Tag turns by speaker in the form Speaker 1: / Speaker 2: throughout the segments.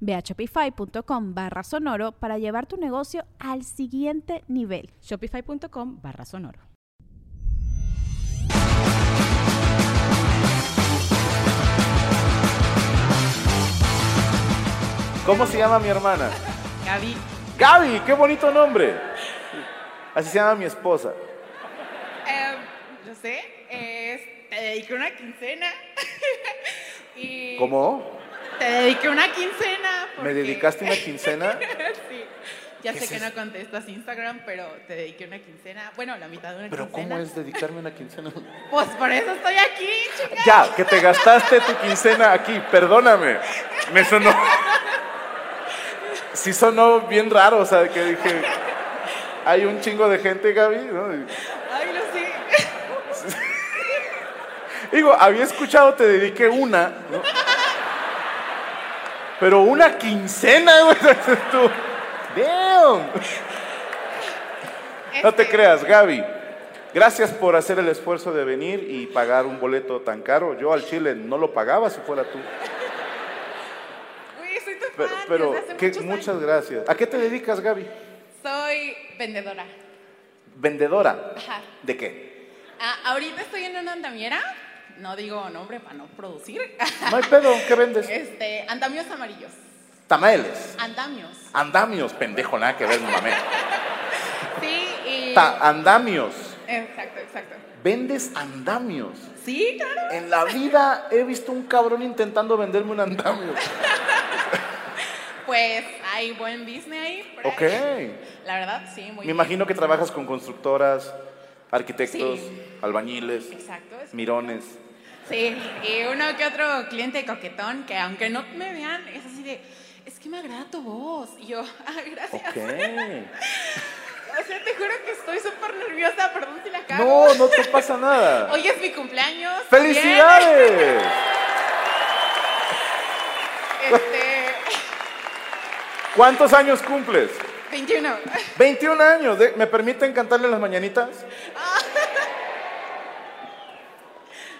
Speaker 1: Ve a shopify.com barra sonoro para llevar tu negocio al siguiente nivel.
Speaker 2: Shopify.com barra sonoro.
Speaker 3: ¿Cómo se llama mi hermana?
Speaker 4: Gaby,
Speaker 3: Gaby, qué bonito nombre. Así se llama mi esposa.
Speaker 4: eh, yo sé, eh, te dediqué una quincena. y
Speaker 3: ¿Cómo?
Speaker 4: Te dediqué una quincena.
Speaker 3: ¿Me
Speaker 4: porque-
Speaker 3: dedicaste una quincena?
Speaker 4: sí. Ya
Speaker 3: ¿Qué
Speaker 4: sé
Speaker 3: es
Speaker 4: que no
Speaker 3: eso?
Speaker 4: contestas Instagram, pero te dediqué una quincena. Bueno, la mitad de una
Speaker 3: ¿Pero
Speaker 4: quincena.
Speaker 3: cómo es dedicarme una quincena?
Speaker 4: Pues por eso estoy aquí, chica.
Speaker 3: Ya, que te gastaste tu quincena aquí, perdóname. Me sonó. Sí sonó bien raro, o sea, que dije, hay un chingo de gente, Gaby, ¿no? Y-
Speaker 4: Ay, lo sé.
Speaker 3: Digo, había escuchado, te dediqué una, ¿no? Pero una quincena, güey, dices tú. Damn. No te
Speaker 4: Este,
Speaker 3: creas, Gaby. Gracias por hacer el esfuerzo de venir y pagar un boleto tan caro. Yo al Chile no lo pagaba si fuera tú.
Speaker 4: Ah, Güey, soy tu
Speaker 3: Pero,
Speaker 4: fan
Speaker 3: pero
Speaker 4: desde hace
Speaker 3: que-
Speaker 4: muchos
Speaker 3: muchas
Speaker 4: años.
Speaker 3: gracias. ¿A qué te dedicas, Gaby?
Speaker 4: Soy vendedora.
Speaker 3: Vendedora.
Speaker 4: Ajá.
Speaker 3: ¿De qué?
Speaker 4: Ah, ahorita estoy en una andamiera. No digo nombre para no producir.
Speaker 3: No hay pedo, ¿qué vendes?
Speaker 4: este, andamios amarillos.
Speaker 3: Tamales.
Speaker 4: Andamios.
Speaker 3: Andamios, pendejo, nada que ver, no mames.
Speaker 4: Sí, y...
Speaker 3: Ta- andamios.
Speaker 4: Exacto, exacto.
Speaker 3: Vendes andamios.
Speaker 4: Sí, claro.
Speaker 3: En la vida he visto un cabrón intentando venderme un andamio.
Speaker 4: Pues hay buen business ahí. por ahí.
Speaker 3: Ok.
Speaker 4: La verdad, sí, muy
Speaker 3: Me imagino que trabajas con constructoras, arquitectos,
Speaker 4: Sí.
Speaker 3: albañiles,
Speaker 4: Exacto. es-
Speaker 3: mirones.
Speaker 4: Sí, y uno que otro cliente coquetón que aunque no me vean, es así de, es que me agrada tu voz. Y yo, ah, gracias.
Speaker 3: Ok.
Speaker 4: O sea, te juro que estoy súper nerviosa, perdón si la cago.
Speaker 3: No, no te pasa nada.
Speaker 4: Hoy es mi cumpleaños.
Speaker 3: ¡Felicidades!
Speaker 4: Bien. Este,
Speaker 3: ¿Cuántos años cumples?
Speaker 4: 21.
Speaker 3: 21 años. De- ¿Me permiten cantarle las mañanitas?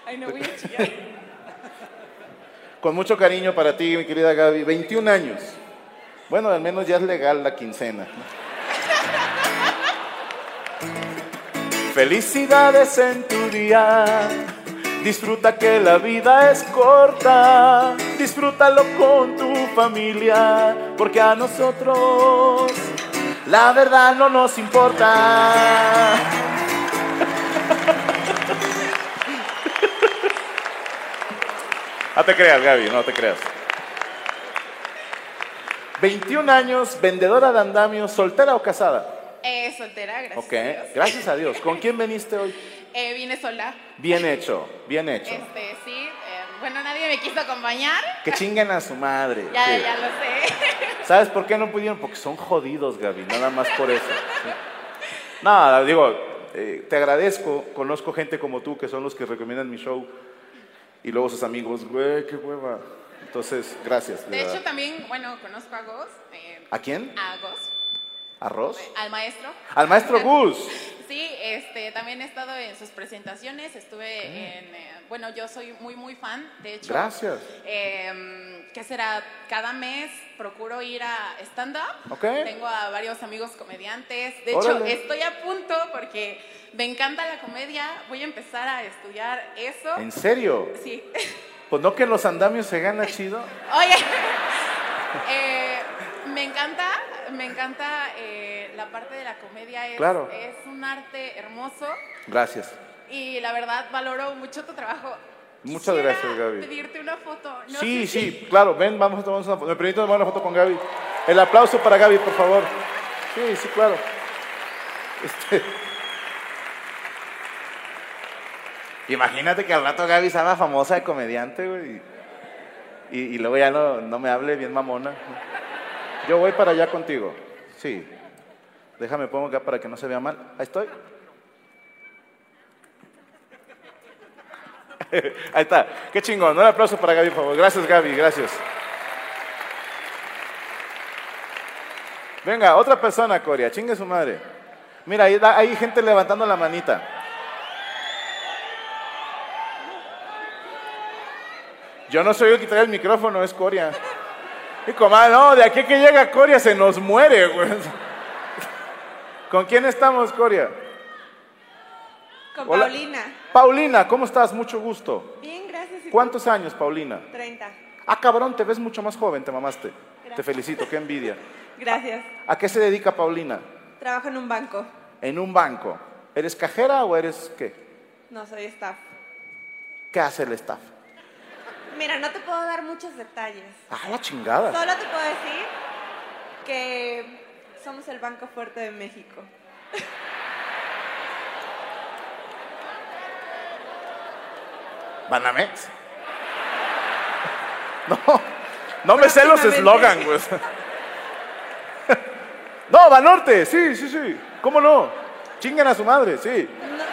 Speaker 4: Ay, no voy a chillar.
Speaker 3: Con mucho cariño para ti, mi querida Gaby. 21 años. Bueno, al menos ya es legal la quincena. Felicidades en tu día. Disfruta que la vida es corta. Disfrútalo con tu familia. Porque a nosotros la verdad no nos importa. No te creas, Gaby, no te creas. 21 años, vendedora de andamios, soltera o casada.
Speaker 4: Eh, soltera, gracias.
Speaker 3: Ok,
Speaker 4: a Dios.
Speaker 3: gracias a Dios. ¿Con quién viniste hoy?
Speaker 4: Eh, vine sola.
Speaker 3: Bien hecho, bien hecho.
Speaker 4: Este, sí. eh, bueno, nadie me quiso acompañar.
Speaker 3: Que chinguen a su madre.
Speaker 4: Ya,
Speaker 3: sí.
Speaker 4: ya lo sé.
Speaker 3: ¿Sabes por qué no pudieron? Porque son jodidos, Gaby, nada más por eso. Sí. Nada, digo, eh, te agradezco. Conozco gente como tú que son los que recomiendan mi show. Y luego sus amigos, güey, qué hueva. Entonces, gracias. de
Speaker 4: De hecho,
Speaker 3: verdad.
Speaker 4: también, bueno, conozco a Gos. eh,
Speaker 3: ¿A quién?
Speaker 4: a Gos,
Speaker 3: ¿Arroz?
Speaker 4: al maestro.
Speaker 3: Al maestro Gus.
Speaker 4: Sí, este, también he estado en sus presentaciones. Estuve en. eh, bueno, yo soy muy, muy fan. De hecho.
Speaker 3: Gracias.
Speaker 4: Eh, ¿Qué será? Cada mes procuro ir a stand-up.
Speaker 3: Ok.
Speaker 4: Tengo a varios amigos comediantes. De
Speaker 3: Órale.
Speaker 4: hecho, estoy a punto porque me encanta la comedia. Voy a empezar a estudiar eso.
Speaker 3: ¿En serio?
Speaker 4: Sí.
Speaker 3: Pues no que en los andamios se gana chido.
Speaker 4: Oye, eh, me encanta, me encanta eh, la parte de la comedia. Es,
Speaker 3: Claro.
Speaker 4: es un arte hermoso.
Speaker 3: Gracias.
Speaker 4: y la verdad valoro mucho tu trabajo.
Speaker 3: Muchas
Speaker 4: Quisiera
Speaker 3: gracias, Gaby.
Speaker 4: pedirte una foto. No
Speaker 3: sí,
Speaker 4: sé si-
Speaker 3: sí, claro, ven, vamos a tomar una foto. ¿Me permiten tomar una foto con Gaby? El aplauso para Gaby, por favor. Sí, sí, claro. Este- Imagínate que al rato Gaby se haga famosa de comediante, güey. Y, y- y luego ya no, no me hable bien mamona. Yo voy para allá contigo. Sí. Déjame pongo acá para que no se vea mal. Ahí estoy. Ahí está. Qué chingón. Un aplauso para Gaby, por favor. Gracias, Gaby. Gracias. Venga, otra persona, Coria. Chingue su madre. Mira, ahí da- hay gente levantando la manita. Yo no soy yo que trae el micrófono, es Coria. Y comadre, no, de aquí que llega Coria se nos muere, güey. ¿Con quién estamos, Coria?
Speaker 5: Con
Speaker 3: Hola.
Speaker 5: Paulina.
Speaker 3: Paulina, ¿cómo estás? Mucho gusto.
Speaker 5: Bien, gracias. ¿y tú?
Speaker 3: ¿Cuántos años, Paulina?
Speaker 5: 30.
Speaker 3: Ah, cabrón, te ves mucho más joven, te mamaste. Te felicito, qué envidia.
Speaker 5: Gracias.
Speaker 3: ¿A qué se dedica Paulina?
Speaker 5: Trabajo en un banco.
Speaker 3: En un banco. ¿Eres cajera o eres qué?
Speaker 5: No soy staff.
Speaker 3: ¿Qué hace el staff?
Speaker 5: Mira, no te puedo dar muchos detalles.
Speaker 3: Ah, la chingada.
Speaker 5: Solo te puedo decir que somos el banco fuerte de México.
Speaker 3: ¿Banamex? No, no me sé los eslogan, güey. No, Banorte, sí, sí, sí. ¿Cómo no? Chingan a su madre, sí.
Speaker 5: No,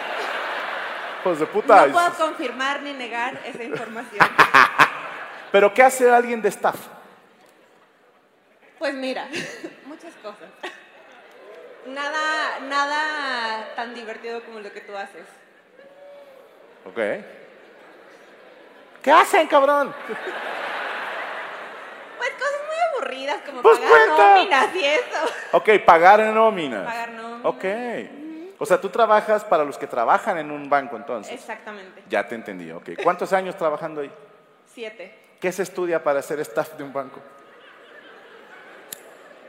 Speaker 3: Pues de puta.
Speaker 5: no puedo confirmar ni negar esa información.
Speaker 3: Pero ¿qué hace alguien de staff?
Speaker 5: Pues mira, muchas cosas. Nada, nada tan divertido como lo que tú haces.
Speaker 3: Ok. ¿Qué hacen, cabrón?
Speaker 5: Pues cosas muy aburridas como
Speaker 3: Pues
Speaker 5: pagar
Speaker 3: cuenta.
Speaker 5: nóminas y eso.
Speaker 3: Ok, pagar en nóminas.
Speaker 5: Pagar nóminas.
Speaker 3: Ok. O sea, tú trabajas para los que trabajan en un banco entonces.
Speaker 5: Exactamente.
Speaker 3: Ya te entendí, ok. ¿Cuántos años trabajando ahí?
Speaker 5: Siete.
Speaker 3: ¿Qué se estudia para ser staff de un banco?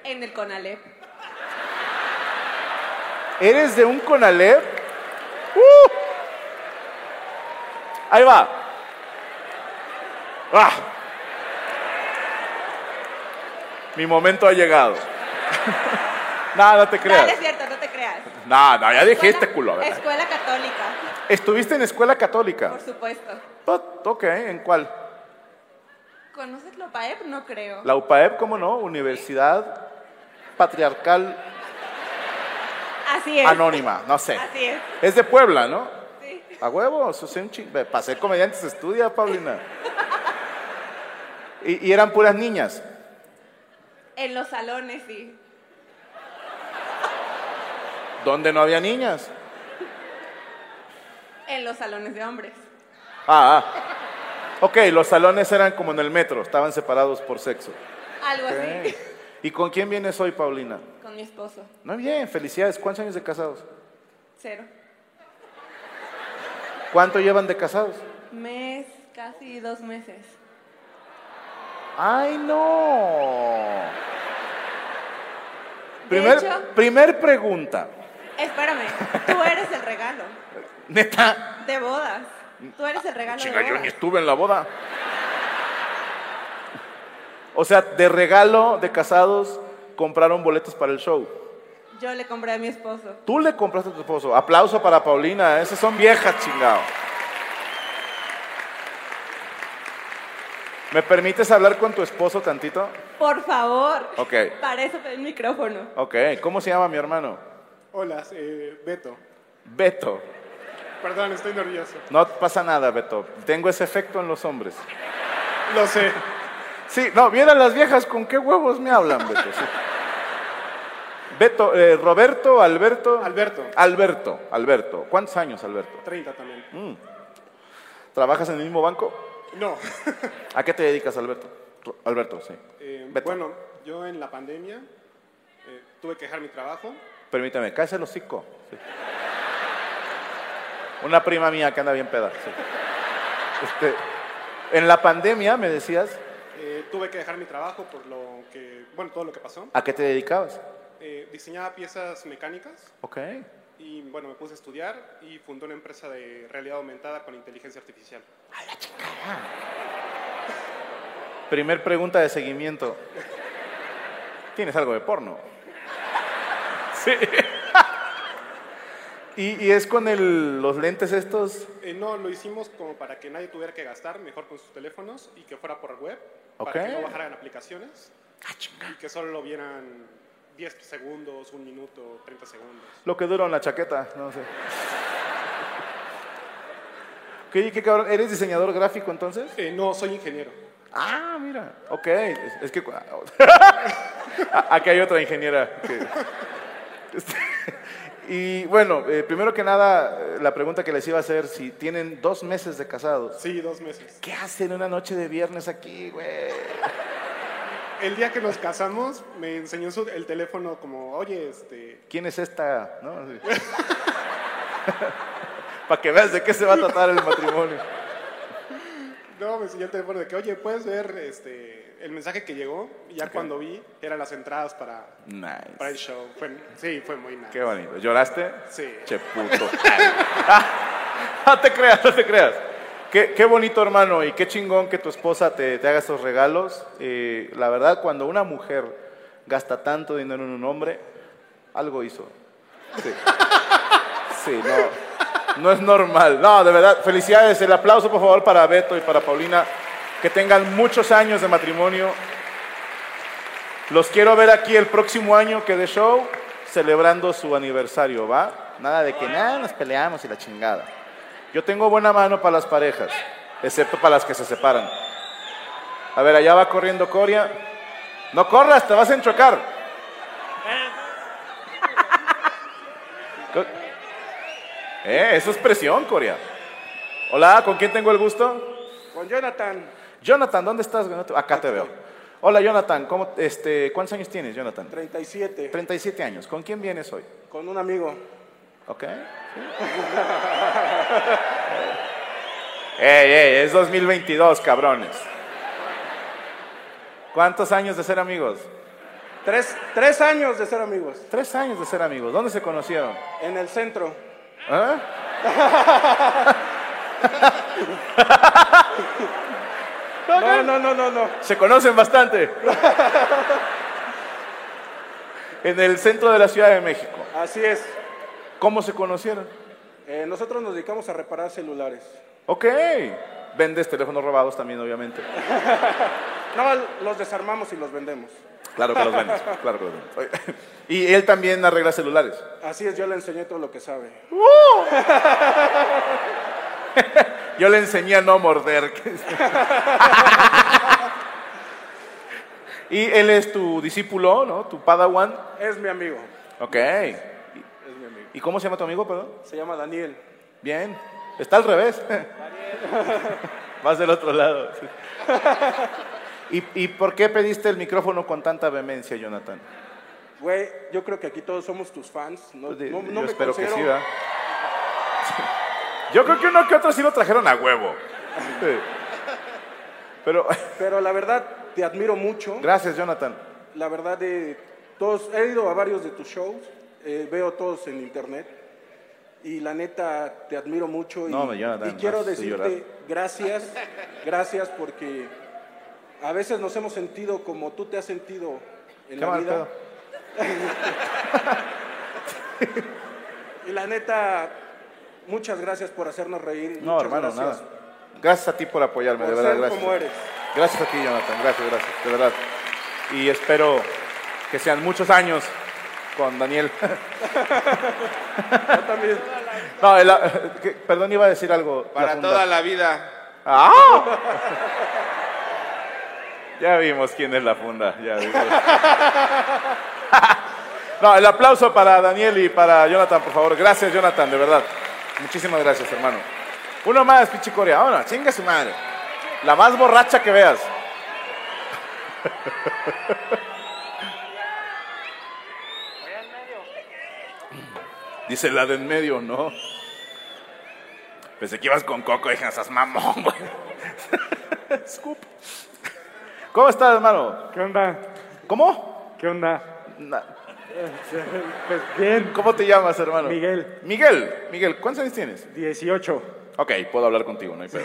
Speaker 5: En el CONALEP.
Speaker 3: ¿Eres de un Conalep? ¡Uh! Ahí va. ¡Ah! Mi momento ha llegado. Nada, no te
Speaker 5: No, no es
Speaker 3: creas.
Speaker 5: cierto, no te creas.
Speaker 3: Nada, ya dijiste
Speaker 5: Escuela-
Speaker 3: culo, ¿verdad?
Speaker 5: Escuela católica,
Speaker 3: ¿Estuviste en escuela católica?
Speaker 5: por supuesto.
Speaker 3: Pues, Ok, ¿en cuál?
Speaker 5: ¿Conoces la PAEP? No creo.
Speaker 3: La UPAEP, ¿cómo no? Universidad Patriarcal
Speaker 5: Así es.
Speaker 3: Anónima, Ah, no sé.
Speaker 5: Así es.
Speaker 3: Es de Puebla, ¿no?
Speaker 5: Sí.
Speaker 3: A huevo, eso es un ching... ve, Para ser comediante se estudia, Paulina. Y, y eran puras niñas.
Speaker 5: En los salones, sí.
Speaker 3: ¿Dónde no había niñas?
Speaker 5: En los salones de hombres.
Speaker 3: Ah, ah. Ok, los salones eran como en el metro, estaban separados por sexo.
Speaker 5: Algo
Speaker 3: Ok.
Speaker 5: así.
Speaker 3: ¿Y con quién vienes hoy, Paulina?
Speaker 5: Con mi esposo.
Speaker 3: Muy bien, felicidades. ¿Cuántos años de casados?
Speaker 5: Cero.
Speaker 3: ¿Cuánto llevan de casados?
Speaker 5: Mes, casi dos meses.
Speaker 3: ¡Ay, no!
Speaker 5: De
Speaker 3: Primer,
Speaker 5: hecho,
Speaker 3: primer pregunta.
Speaker 5: espérame. Tú eres el regalo
Speaker 3: Neta.
Speaker 5: de bodas. Tú eres el regalo
Speaker 3: Chinga,
Speaker 5: de
Speaker 3: yo ni
Speaker 5: bodas.
Speaker 3: estuve en la boda. O sea, de regalo de casados compraron boletos para el show.
Speaker 5: Yo le compré a mi esposo.
Speaker 3: Tú le compraste a tu esposo. Aplauso para Paulina. ¿eh? Esas son viejas, chingado. ¿Me permites hablar con tu esposo tantito?
Speaker 5: Por favor.
Speaker 3: Ok.
Speaker 5: Para eso pedí el micrófono.
Speaker 3: Ok. ¿Cómo se llama mi hermano?
Speaker 6: Hola, eh, Beto.
Speaker 3: Beto.
Speaker 6: Perdón, estoy nervioso.
Speaker 3: No pasa nada, Beto. Tengo ese efecto en los hombres.
Speaker 6: Lo sé.
Speaker 3: Sí, no, vieran las viejas con qué huevos me hablan, Beto. sí. Beto, eh, Roberto, Alberto.
Speaker 6: Alberto.
Speaker 3: Alberto, Alberto. ¿Cuántos años, Alberto?
Speaker 6: 30 también.
Speaker 3: ¿Trabajas en el mismo banco?
Speaker 6: No.
Speaker 3: ¿A qué te dedicas, Alberto? Ro- Alberto, sí.
Speaker 6: Eh,
Speaker 3: Beto,
Speaker 6: bueno, yo en la pandemia eh, tuve que dejar mi trabajo.
Speaker 3: permítame, cállese el hocico. Sí. Una prima mía que anda bien peda. sí. Este, en la pandemia me decías,
Speaker 6: Eh, tuve que dejar mi trabajo por lo que, bueno, todo lo que pasó.
Speaker 3: ¿a qué te dedicabas?
Speaker 6: Eh, diseñaba piezas mecánicas
Speaker 3: Ok.
Speaker 7: y bueno, me puse a estudiar y fundé una empresa de realidad aumentada con inteligencia artificial.
Speaker 3: Primer pregunta de seguimiento. ¿Tienes algo de porno? Sí. ¿Y, y es con el- los lentes estos?
Speaker 7: Eh, no, lo hicimos como para que nadie tuviera que gastar, mejor con sus teléfonos y que fuera por web, para que
Speaker 3: Ok. Ah,
Speaker 7: no bajaran aplicaciones y que solo lo vieran 10 segundos, un minuto, 30 segundos.
Speaker 3: Lo que dura una chaqueta, no sé. ¿Qué, qué cabrón? ¿Eres diseñador gráfico entonces?
Speaker 7: Eh, no, soy ingeniero.
Speaker 3: Ah, mira. Ok, es, es que... cu- A- Aquí hay otra ingeniera. que- Este, Y bueno, eh, primero que nada, eh, la pregunta que les iba a hacer, si tienen dos meses de casados,
Speaker 7: Sí, dos meses.
Speaker 3: ¿qué hacen una noche de viernes aquí, güey?
Speaker 7: El día que nos casamos me enseñó su- el teléfono como, oye, este,
Speaker 3: ¿Quién es esta? ¿No? Para que veas de qué se va a tratar el matrimonio.
Speaker 7: no, me enseñó el teléfono de que, oye, puedes ver este, el mensaje que llegó. Y ya cuando vi, eran las entradas para, para el
Speaker 3: Nice.
Speaker 7: show. Fue- sí, fue muy nice.
Speaker 3: Qué bonito. ¿Lloraste?
Speaker 7: Sí.
Speaker 3: Che puto. Ah, no te creas, no te creas. Qué, qué bonito, hermano, y qué chingón que tu esposa te, te haga esos regalos. Eh, la verdad, cuando una mujer gasta tanto dinero en un hombre, algo hizo. Sí. Sí, no. No es normal. No, de verdad, felicidades. El aplauso, por favor, para Beto y para Paulina. Que tengan muchos años de matrimonio. Los quiero ver aquí el próximo año que de show, celebrando su aniversario, ¿va? Nada de que nada, nos peleamos y la chingada. Yo tengo buena mano para las parejas, excepto para las que se separan. A ver, allá va corriendo Coria. No corras, te vas a enchocar. Co- Eh, eso es presión, Coria. Hola, ¿con quién tengo el gusto?
Speaker 7: Con Jonathan,
Speaker 3: Jonathan, ¿dónde estás? güey? No te- Acá te veo. Hola, Jonathan. ¿cómo- este, ¿Cuántos años tienes, Jonathan?
Speaker 7: 37,
Speaker 3: 37 años. ¿Con quién vienes hoy?
Speaker 7: con un amigo.
Speaker 3: ¿Ok? ¿Sí? ¡Ey, ey! Es 2022, cabrones. ¿Cuántos años de ser amigos?
Speaker 8: Tres, tres años de ser amigos
Speaker 3: Tres años de ser amigos. ¿Dónde se conocieron?
Speaker 8: en el centro.
Speaker 3: ¿Ah?
Speaker 8: No, no, no, no, no.
Speaker 3: Se conocen bastante. en el centro de la Ciudad de México.
Speaker 8: Así es.
Speaker 3: ¿Cómo se conocieron?
Speaker 8: Eh, nosotros nos dedicamos a reparar celulares.
Speaker 3: Ok. Vendes teléfonos robados también, obviamente.
Speaker 8: No, los desarmamos y los vendemos.
Speaker 3: Claro que los vendes. Claro que los vendes. Oye, Y él también arregla celulares.
Speaker 8: Así es, yo le enseñé todo lo que sabe.
Speaker 3: Yo le enseñé a no morder. y él es tu discípulo, ¿no? Tu padawan.
Speaker 8: Es mi amigo.
Speaker 3: Ok.
Speaker 8: Es mi amigo.
Speaker 3: ¿Y cómo se llama tu amigo, perdón?
Speaker 8: Se llama Daniel.
Speaker 3: Bien. Está al revés. Vas del otro lado. sí. ¿Y, ¿Y por qué pediste el micrófono con tanta vehemencia, Jonathan?
Speaker 8: Güey, yo creo que aquí todos somos tus fans. No,
Speaker 3: Pues de-
Speaker 8: no-
Speaker 3: yo
Speaker 8: no me
Speaker 3: espero que
Speaker 8: considero-
Speaker 3: sí, ¿verdad? Yo creo que uno que otro sí lo trajeron a huevo. Sí. Pero
Speaker 8: Pero la verdad, te admiro mucho.
Speaker 3: gracias, Jonathan.
Speaker 8: La verdad, de todos, he ido a varios de tus shows. eh, veo todos en internet. Y la neta, te admiro mucho. Y,
Speaker 3: No, me llora,
Speaker 8: y
Speaker 3: Dan,
Speaker 8: quiero
Speaker 3: más de llorar.
Speaker 8: decirte gracias, gracias porque a veces nos hemos sentido como tú te has sentido en
Speaker 3: Qué
Speaker 8: la
Speaker 3: mal
Speaker 8: vida.
Speaker 3: pedo.
Speaker 8: Y la neta, muchas gracias por hacernos reír.
Speaker 3: No,
Speaker 8: muchas
Speaker 3: hermano,
Speaker 8: gracias
Speaker 3: nada. Gracias a ti por apoyarme,
Speaker 8: Por
Speaker 3: de verdad,
Speaker 8: ser
Speaker 3: gracias.
Speaker 8: como eres.
Speaker 3: Gracias a ti, Jonathan, gracias, gracias, de verdad. Y espero que sean muchos años con Daniel.
Speaker 8: Yo también.
Speaker 3: No, el- ah, que- perdón, iba a decir algo.
Speaker 9: Para
Speaker 3: funda.
Speaker 9: toda la vida.
Speaker 3: ¡Ah! Ya vimos quién es la funda. ya vimos. no, el aplauso para Daniel y para Jonathan, por favor. Gracias, Jonathan, de verdad. Muchísimas gracias, hermano. Uno más, pinche Corea. Ahora, chinga su madre. La más borracha que veas. Dice la de en medio, ¿no? Pensé que ibas con Coco, hija, esas mamón, güey. Scoop. ¿Cómo estás, hermano?
Speaker 10: ¿Qué onda?
Speaker 3: ¿Cómo?
Speaker 10: ¿Qué onda?
Speaker 3: Na-
Speaker 8: Pues bien,
Speaker 3: ¿Cómo te llamas, hermano?
Speaker 8: Miguel.
Speaker 3: Miguel, Miguel, ¿cuántos años tienes?
Speaker 8: 18.
Speaker 3: Ok, puedo hablar contigo, no hay pedo.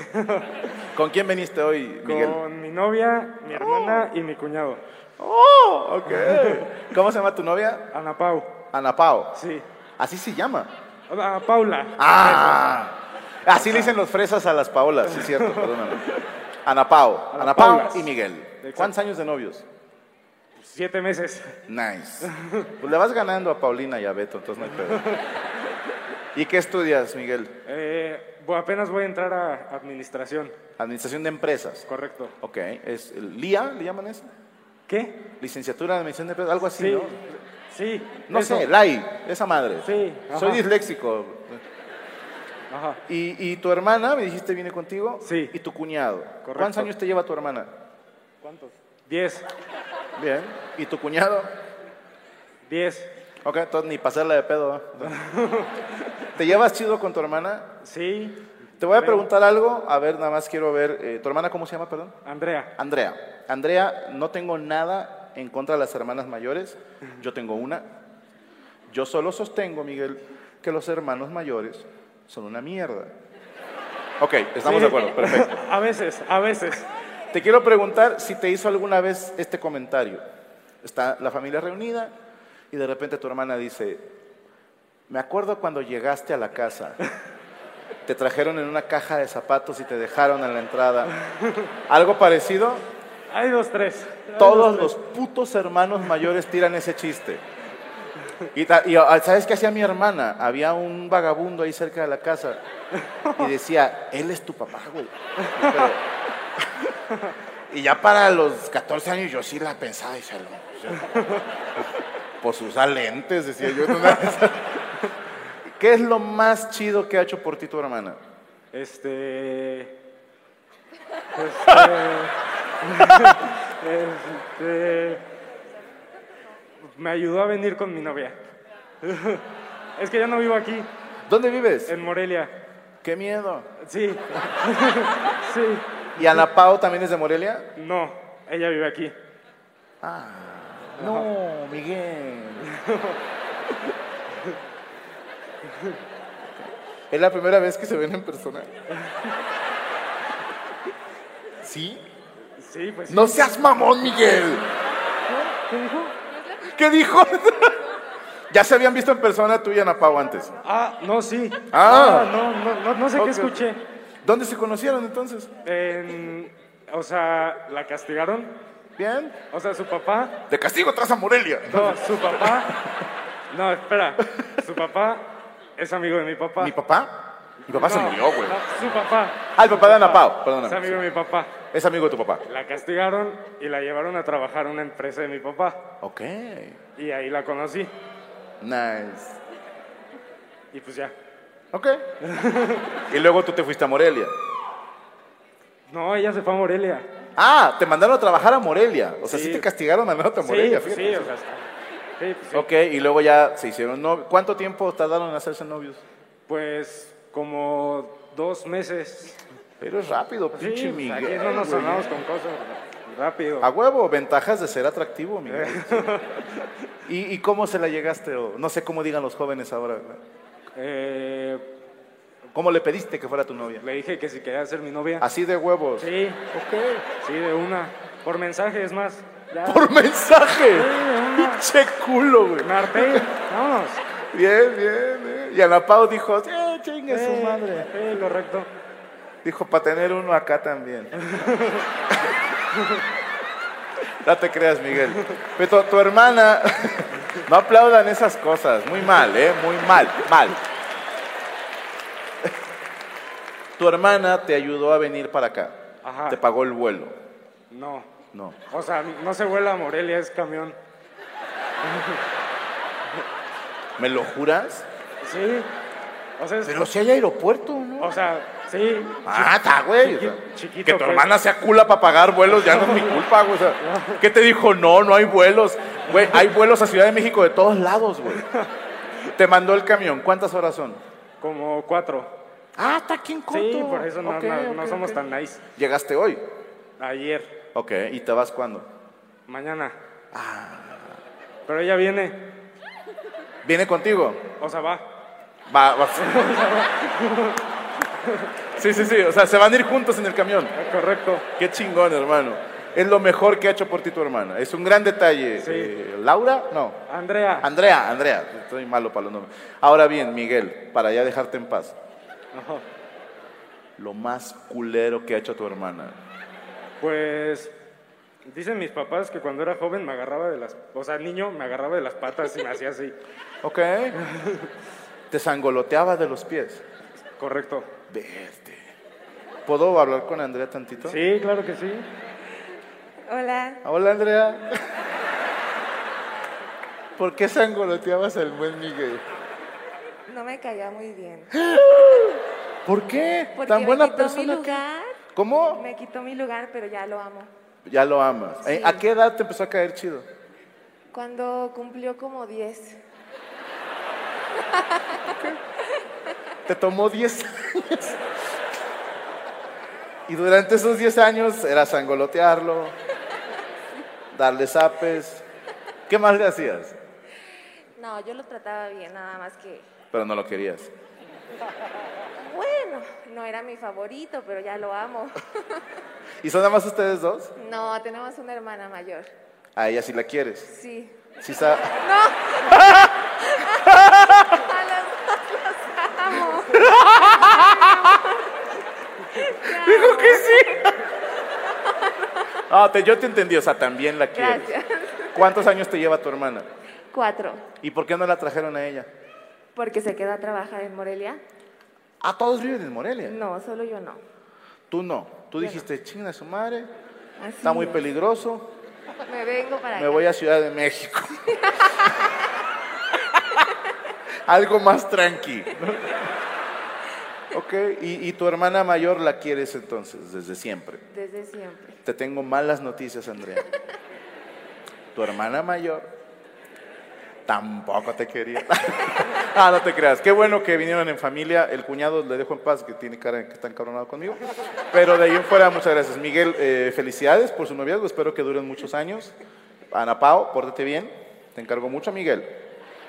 Speaker 3: ¿Con quién viniste hoy, Miguel?
Speaker 8: Con mi novia, mi hermana y mi cuñado.
Speaker 3: Oh, ok. ¿Cómo se llama tu novia?
Speaker 8: Ana Pau.
Speaker 3: Ana Pao.
Speaker 8: Sí.
Speaker 3: Así se llama.
Speaker 8: Ana Paula.
Speaker 3: Ah, así le dicen los fresas a las Paolas, sí es cierto, perdóname. Ana Pao,
Speaker 8: A las
Speaker 3: Ana Pao
Speaker 8: Paulas.
Speaker 3: y Miguel. ¿Cuántos años de novios?
Speaker 8: Siete meses.
Speaker 3: Nice. Pues le vas ganando a Paulina y a Beto, entonces no hay pedo. ¿Y qué estudias, Miguel?
Speaker 8: Eh, bu- apenas voy a entrar a administración.
Speaker 3: Administración de empresas.
Speaker 8: Correcto.
Speaker 3: Ok, es el LIA, ¿le llaman eso?
Speaker 8: ¿Qué?
Speaker 3: Licenciatura en Administración de Empresas, algo así,
Speaker 8: Sí.
Speaker 3: ¿no?
Speaker 8: Sí.
Speaker 3: No
Speaker 8: eso.
Speaker 3: sé, LAI, esa madre.
Speaker 8: Sí,
Speaker 3: Soy
Speaker 8: ajá.
Speaker 3: disléxico.
Speaker 8: Ajá.
Speaker 3: Y, y tu hermana, me dijiste, viene contigo.
Speaker 8: Sí.
Speaker 3: Y tu cuñado. ¿Cuántos
Speaker 8: Correcto.
Speaker 3: años te lleva tu hermana?
Speaker 8: ¿Cuántos? Diez.
Speaker 3: Bien. ¿Y tu cuñado?
Speaker 8: Diez.
Speaker 3: Ok, entonces ni pasarla de pedo. ¿eh? ¿Te llevas chido con tu hermana?
Speaker 8: Sí.
Speaker 3: Te voy a
Speaker 8: Creo.
Speaker 3: preguntar algo. A ver, nada más quiero ver. eh, ¿Tu hermana cómo se llama, perdón?
Speaker 8: Andrea.
Speaker 3: Andrea. Andrea, no tengo nada en contra de las hermanas mayores. Yo tengo una. Yo solo sostengo, Miguel, que los hermanos mayores son una mierda. Ok, estamos de
Speaker 8: Sí.
Speaker 3: acuerdo, perfecto.
Speaker 8: A veces, a veces.
Speaker 3: Te quiero preguntar si te hizo alguna vez este comentario. Está la familia reunida y de repente tu hermana dice, me acuerdo cuando llegaste a la casa, te trajeron en una caja de zapatos y te dejaron en la entrada. ¿Algo parecido?
Speaker 8: Hay dos, tres. Hay
Speaker 3: Todos
Speaker 8: dos,
Speaker 3: los putos hermanos mayores tiran ese chiste. Y, ta- y, ah, ¿sabes qué hacía mi hermana? Había un vagabundo ahí cerca de la casa y decía, él es tu papá, güey. Pero- y ya para los 14 años yo sí la pensaba y se lo... Por sus lentes, decía yo. ¿Qué es lo más chido que ha hecho por ti tu hermana?
Speaker 8: tres. Este. Este. este. Me ayudó a venir con mi novia. Es que yo no vivo aquí,
Speaker 3: ¿Dónde vives?
Speaker 8: en Morelia.
Speaker 3: ¡Qué miedo!
Speaker 8: Sí. Sí.
Speaker 3: ¿Y Ana Pao también es de Morelia?
Speaker 8: No, ella vive aquí.
Speaker 3: No, Miguel. ¿Es la primera vez que se ven en persona? ¿Sí?
Speaker 8: Sí, pues.
Speaker 3: No seas mamón, Miguel. ¿Qué dijo? ¿Qué dijo? ya se habían visto en persona tú y Ana Pau antes.
Speaker 8: Ah, no, sí.
Speaker 3: Ah.
Speaker 8: no, no, no, no sé
Speaker 3: Ok.
Speaker 8: qué escuché.
Speaker 3: ¿Dónde se conocieron entonces?
Speaker 8: En- o sea, la castigaron.
Speaker 3: ¿Bien?
Speaker 8: O sea, su papá.
Speaker 3: De castigo tras a Morelia.
Speaker 8: No, su papá. No, espera. Su papá es amigo de mi papá.
Speaker 3: ¿Mi papá? Mi papá se
Speaker 8: No,
Speaker 3: murió, güey.
Speaker 8: no, su papá.
Speaker 3: Ah, el papá de
Speaker 8: Su
Speaker 3: Ana
Speaker 8: papá.
Speaker 3: Pau, perdóname.
Speaker 8: Es amigo de mi papá.
Speaker 3: Es amigo de tu papá.
Speaker 8: La castigaron y la llevaron a trabajar a una empresa de mi papá.
Speaker 3: Ok.
Speaker 8: Y ahí la conocí.
Speaker 3: Nice.
Speaker 8: Y pues ya.
Speaker 3: Ok. y luego tú te fuiste a Morelia.
Speaker 8: No, ella se fue a Morelia.
Speaker 3: Ah, te mandaron a trabajar a Morelia. O sea, sí,
Speaker 8: Sí.
Speaker 3: te castigaron mandándote a Morelia,
Speaker 8: sí,
Speaker 3: fíjate. Oh.
Speaker 8: sí, o sea, sí, pues sí.
Speaker 3: Ok, y luego ya se hicieron novios. ¿Cuánto tiempo tardaron en hacerse novios?
Speaker 8: Pues como dos meses.
Speaker 3: Pero es rápido,
Speaker 8: Sí,
Speaker 3: pinche
Speaker 8: pues,
Speaker 3: Miguel.
Speaker 8: aquí no nos
Speaker 3: güey. Ah.
Speaker 8: sonamos con cosas rápido.
Speaker 3: A huevo, ventajas de ser atractivo, Miguel. ¿Y, y cómo se la llegaste? O no sé cómo digan los jóvenes ahora. ¿verdad?
Speaker 8: Eh,
Speaker 3: ¿Cómo le pediste que fuera tu novia?
Speaker 8: le dije que si quería ser mi novia.
Speaker 3: Así de huevos.
Speaker 8: Sí, ok. Sí, de una. Por mensaje, es más. Ya,
Speaker 3: Por mensaje.
Speaker 8: Sí, de una.
Speaker 3: Pinche culo, güey.
Speaker 8: Me harté. Vámonos.
Speaker 3: Bien, bien, bien. Y Ana Pau dijo, eh, chingue su
Speaker 8: Eh,
Speaker 3: madre.
Speaker 8: eh, correcto.
Speaker 3: Dijo, para tener uno acá también. no te creas, Miguel. Pero tu, tu hermana, no aplaudan esas cosas. Muy mal, ¿eh? Muy mal, mal. Tu hermana te ayudó a venir para acá.
Speaker 8: Ajá.
Speaker 3: Te pagó el vuelo.
Speaker 8: No.
Speaker 3: No.
Speaker 8: O sea, no se vuela a Morelia, es camión.
Speaker 3: ¿Me lo juras?
Speaker 8: Sí. O sea, es-
Speaker 3: Pero si hay aeropuerto, ¿no?
Speaker 8: o sea sí.
Speaker 3: Ah, está, güey. O sea,
Speaker 8: Chiqui- chiquito,
Speaker 3: que tu
Speaker 8: pues.
Speaker 3: hermana sea cula para pagar vuelos ya no es mi culpa, güey. O sea, ¿Qué te dijo? No, no hay vuelos. Güey, hay vuelos a Ciudad de México de todos lados, güey. Te mandó el camión. ¿Cuántas horas son?
Speaker 8: Como cuatro.
Speaker 3: Ah, está aquí en corto.
Speaker 8: Sí, por eso no,
Speaker 3: Ok,
Speaker 8: no-
Speaker 3: ok,
Speaker 8: no somos
Speaker 3: ok.
Speaker 8: tan nice.
Speaker 3: Llegaste hoy.
Speaker 8: Ayer,
Speaker 3: Ok, ¿y te vas cuándo? Ah.
Speaker 8: mañana. Pero ella viene.
Speaker 3: Viene contigo.
Speaker 8: O sea, va.
Speaker 3: Va, va. Sí, sí, sí. O sea, se van a ir juntos en el camión.
Speaker 8: Ah, Correcto.
Speaker 3: Qué chingón, hermano. Es lo mejor que ha hecho por ti tu hermana. Es un gran detalle.
Speaker 8: Sí.
Speaker 3: Eh, ¿Laura? No.
Speaker 8: Andrea.
Speaker 3: Andrea, Andrea. Estoy malo para los nombres. Ahora bien, Miguel, para ya dejarte en paz.
Speaker 8: Ajá.
Speaker 3: Lo más culero que ha hecho tu hermana.
Speaker 8: Pues dicen mis papás que cuando era joven me agarraba de las, o sea, niño me agarraba de las patas y me hacía así.
Speaker 3: ¿Ok? Te sangoloteaba de los pies.
Speaker 8: Correcto.
Speaker 3: Verte. ¿Puedo hablar con Andrea tantito?
Speaker 8: Sí, claro que sí.
Speaker 5: Hola.
Speaker 3: Hola, Andrea. ¿Por qué sangoloteabas al buen Miguel?
Speaker 5: No me caía muy bien.
Speaker 3: ¿Por qué?
Speaker 5: Porque
Speaker 3: Tan
Speaker 5: me
Speaker 3: buena
Speaker 5: quitó
Speaker 3: persona.
Speaker 5: mi
Speaker 3: que-
Speaker 5: lugar.
Speaker 3: ¿Cómo?
Speaker 5: Me quitó mi lugar, pero ya lo amo.
Speaker 3: Ya lo amas. ¿Eh? ¿A qué edad te empezó a caer chido?
Speaker 5: Cuando cumplió como 10.
Speaker 3: Te tomó 10 años. Y durante esos 10 años era sangolotearlo, darle zapes. ¿Qué más le hacías?
Speaker 5: No, yo lo trataba bien, nada más que.
Speaker 3: Pero no lo querías.
Speaker 5: Bueno, no era mi favorito, pero ya lo amo.
Speaker 3: ¿Y son nada más ustedes dos?
Speaker 5: No, tenemos una hermana mayor.
Speaker 3: A ella sí la quieres.
Speaker 5: Sí.
Speaker 3: Sí sa-
Speaker 5: A los dos los amo.
Speaker 3: Ah, te- yo te entendí, o sea, también la quieres.
Speaker 5: Gracias.
Speaker 3: ¿Cuántos años te lleva tu hermana?
Speaker 5: Cuatro.
Speaker 3: ¿Y por qué no la trajeron a ella?
Speaker 5: Porque se queda a trabajar en Morelia.
Speaker 3: Ah, todos viven en Morelia.
Speaker 5: No, solo yo no.
Speaker 3: Tú no. Tú dijiste, chinga su madre,
Speaker 5: Así
Speaker 3: está muy
Speaker 5: es.
Speaker 3: peligroso,
Speaker 5: Me vengo para
Speaker 3: me
Speaker 5: acá.
Speaker 3: voy a Ciudad de México. Algo más tranqui. ¿no? ok, y, y tu hermana mayor la quieres entonces, desde siempre.
Speaker 5: Desde siempre.
Speaker 3: Te tengo malas noticias, Andrea. Tu hermana mayor tampoco te quería. ah, no te creas. Qué bueno que vinieron en familia. El cuñado le dejo en paz, que tiene cara de que está encabronado conmigo. Pero de ahí en fuera, muchas gracias. Miguel, eh, felicidades por su noviazgo. Espero que duren muchos años. Ana Pao, pórtate bien. Te encargo mucho, Miguel.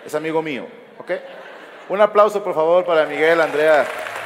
Speaker 3: Es amigo mío, ¿ok? Un aplauso, por favor, para Miguel, Andrea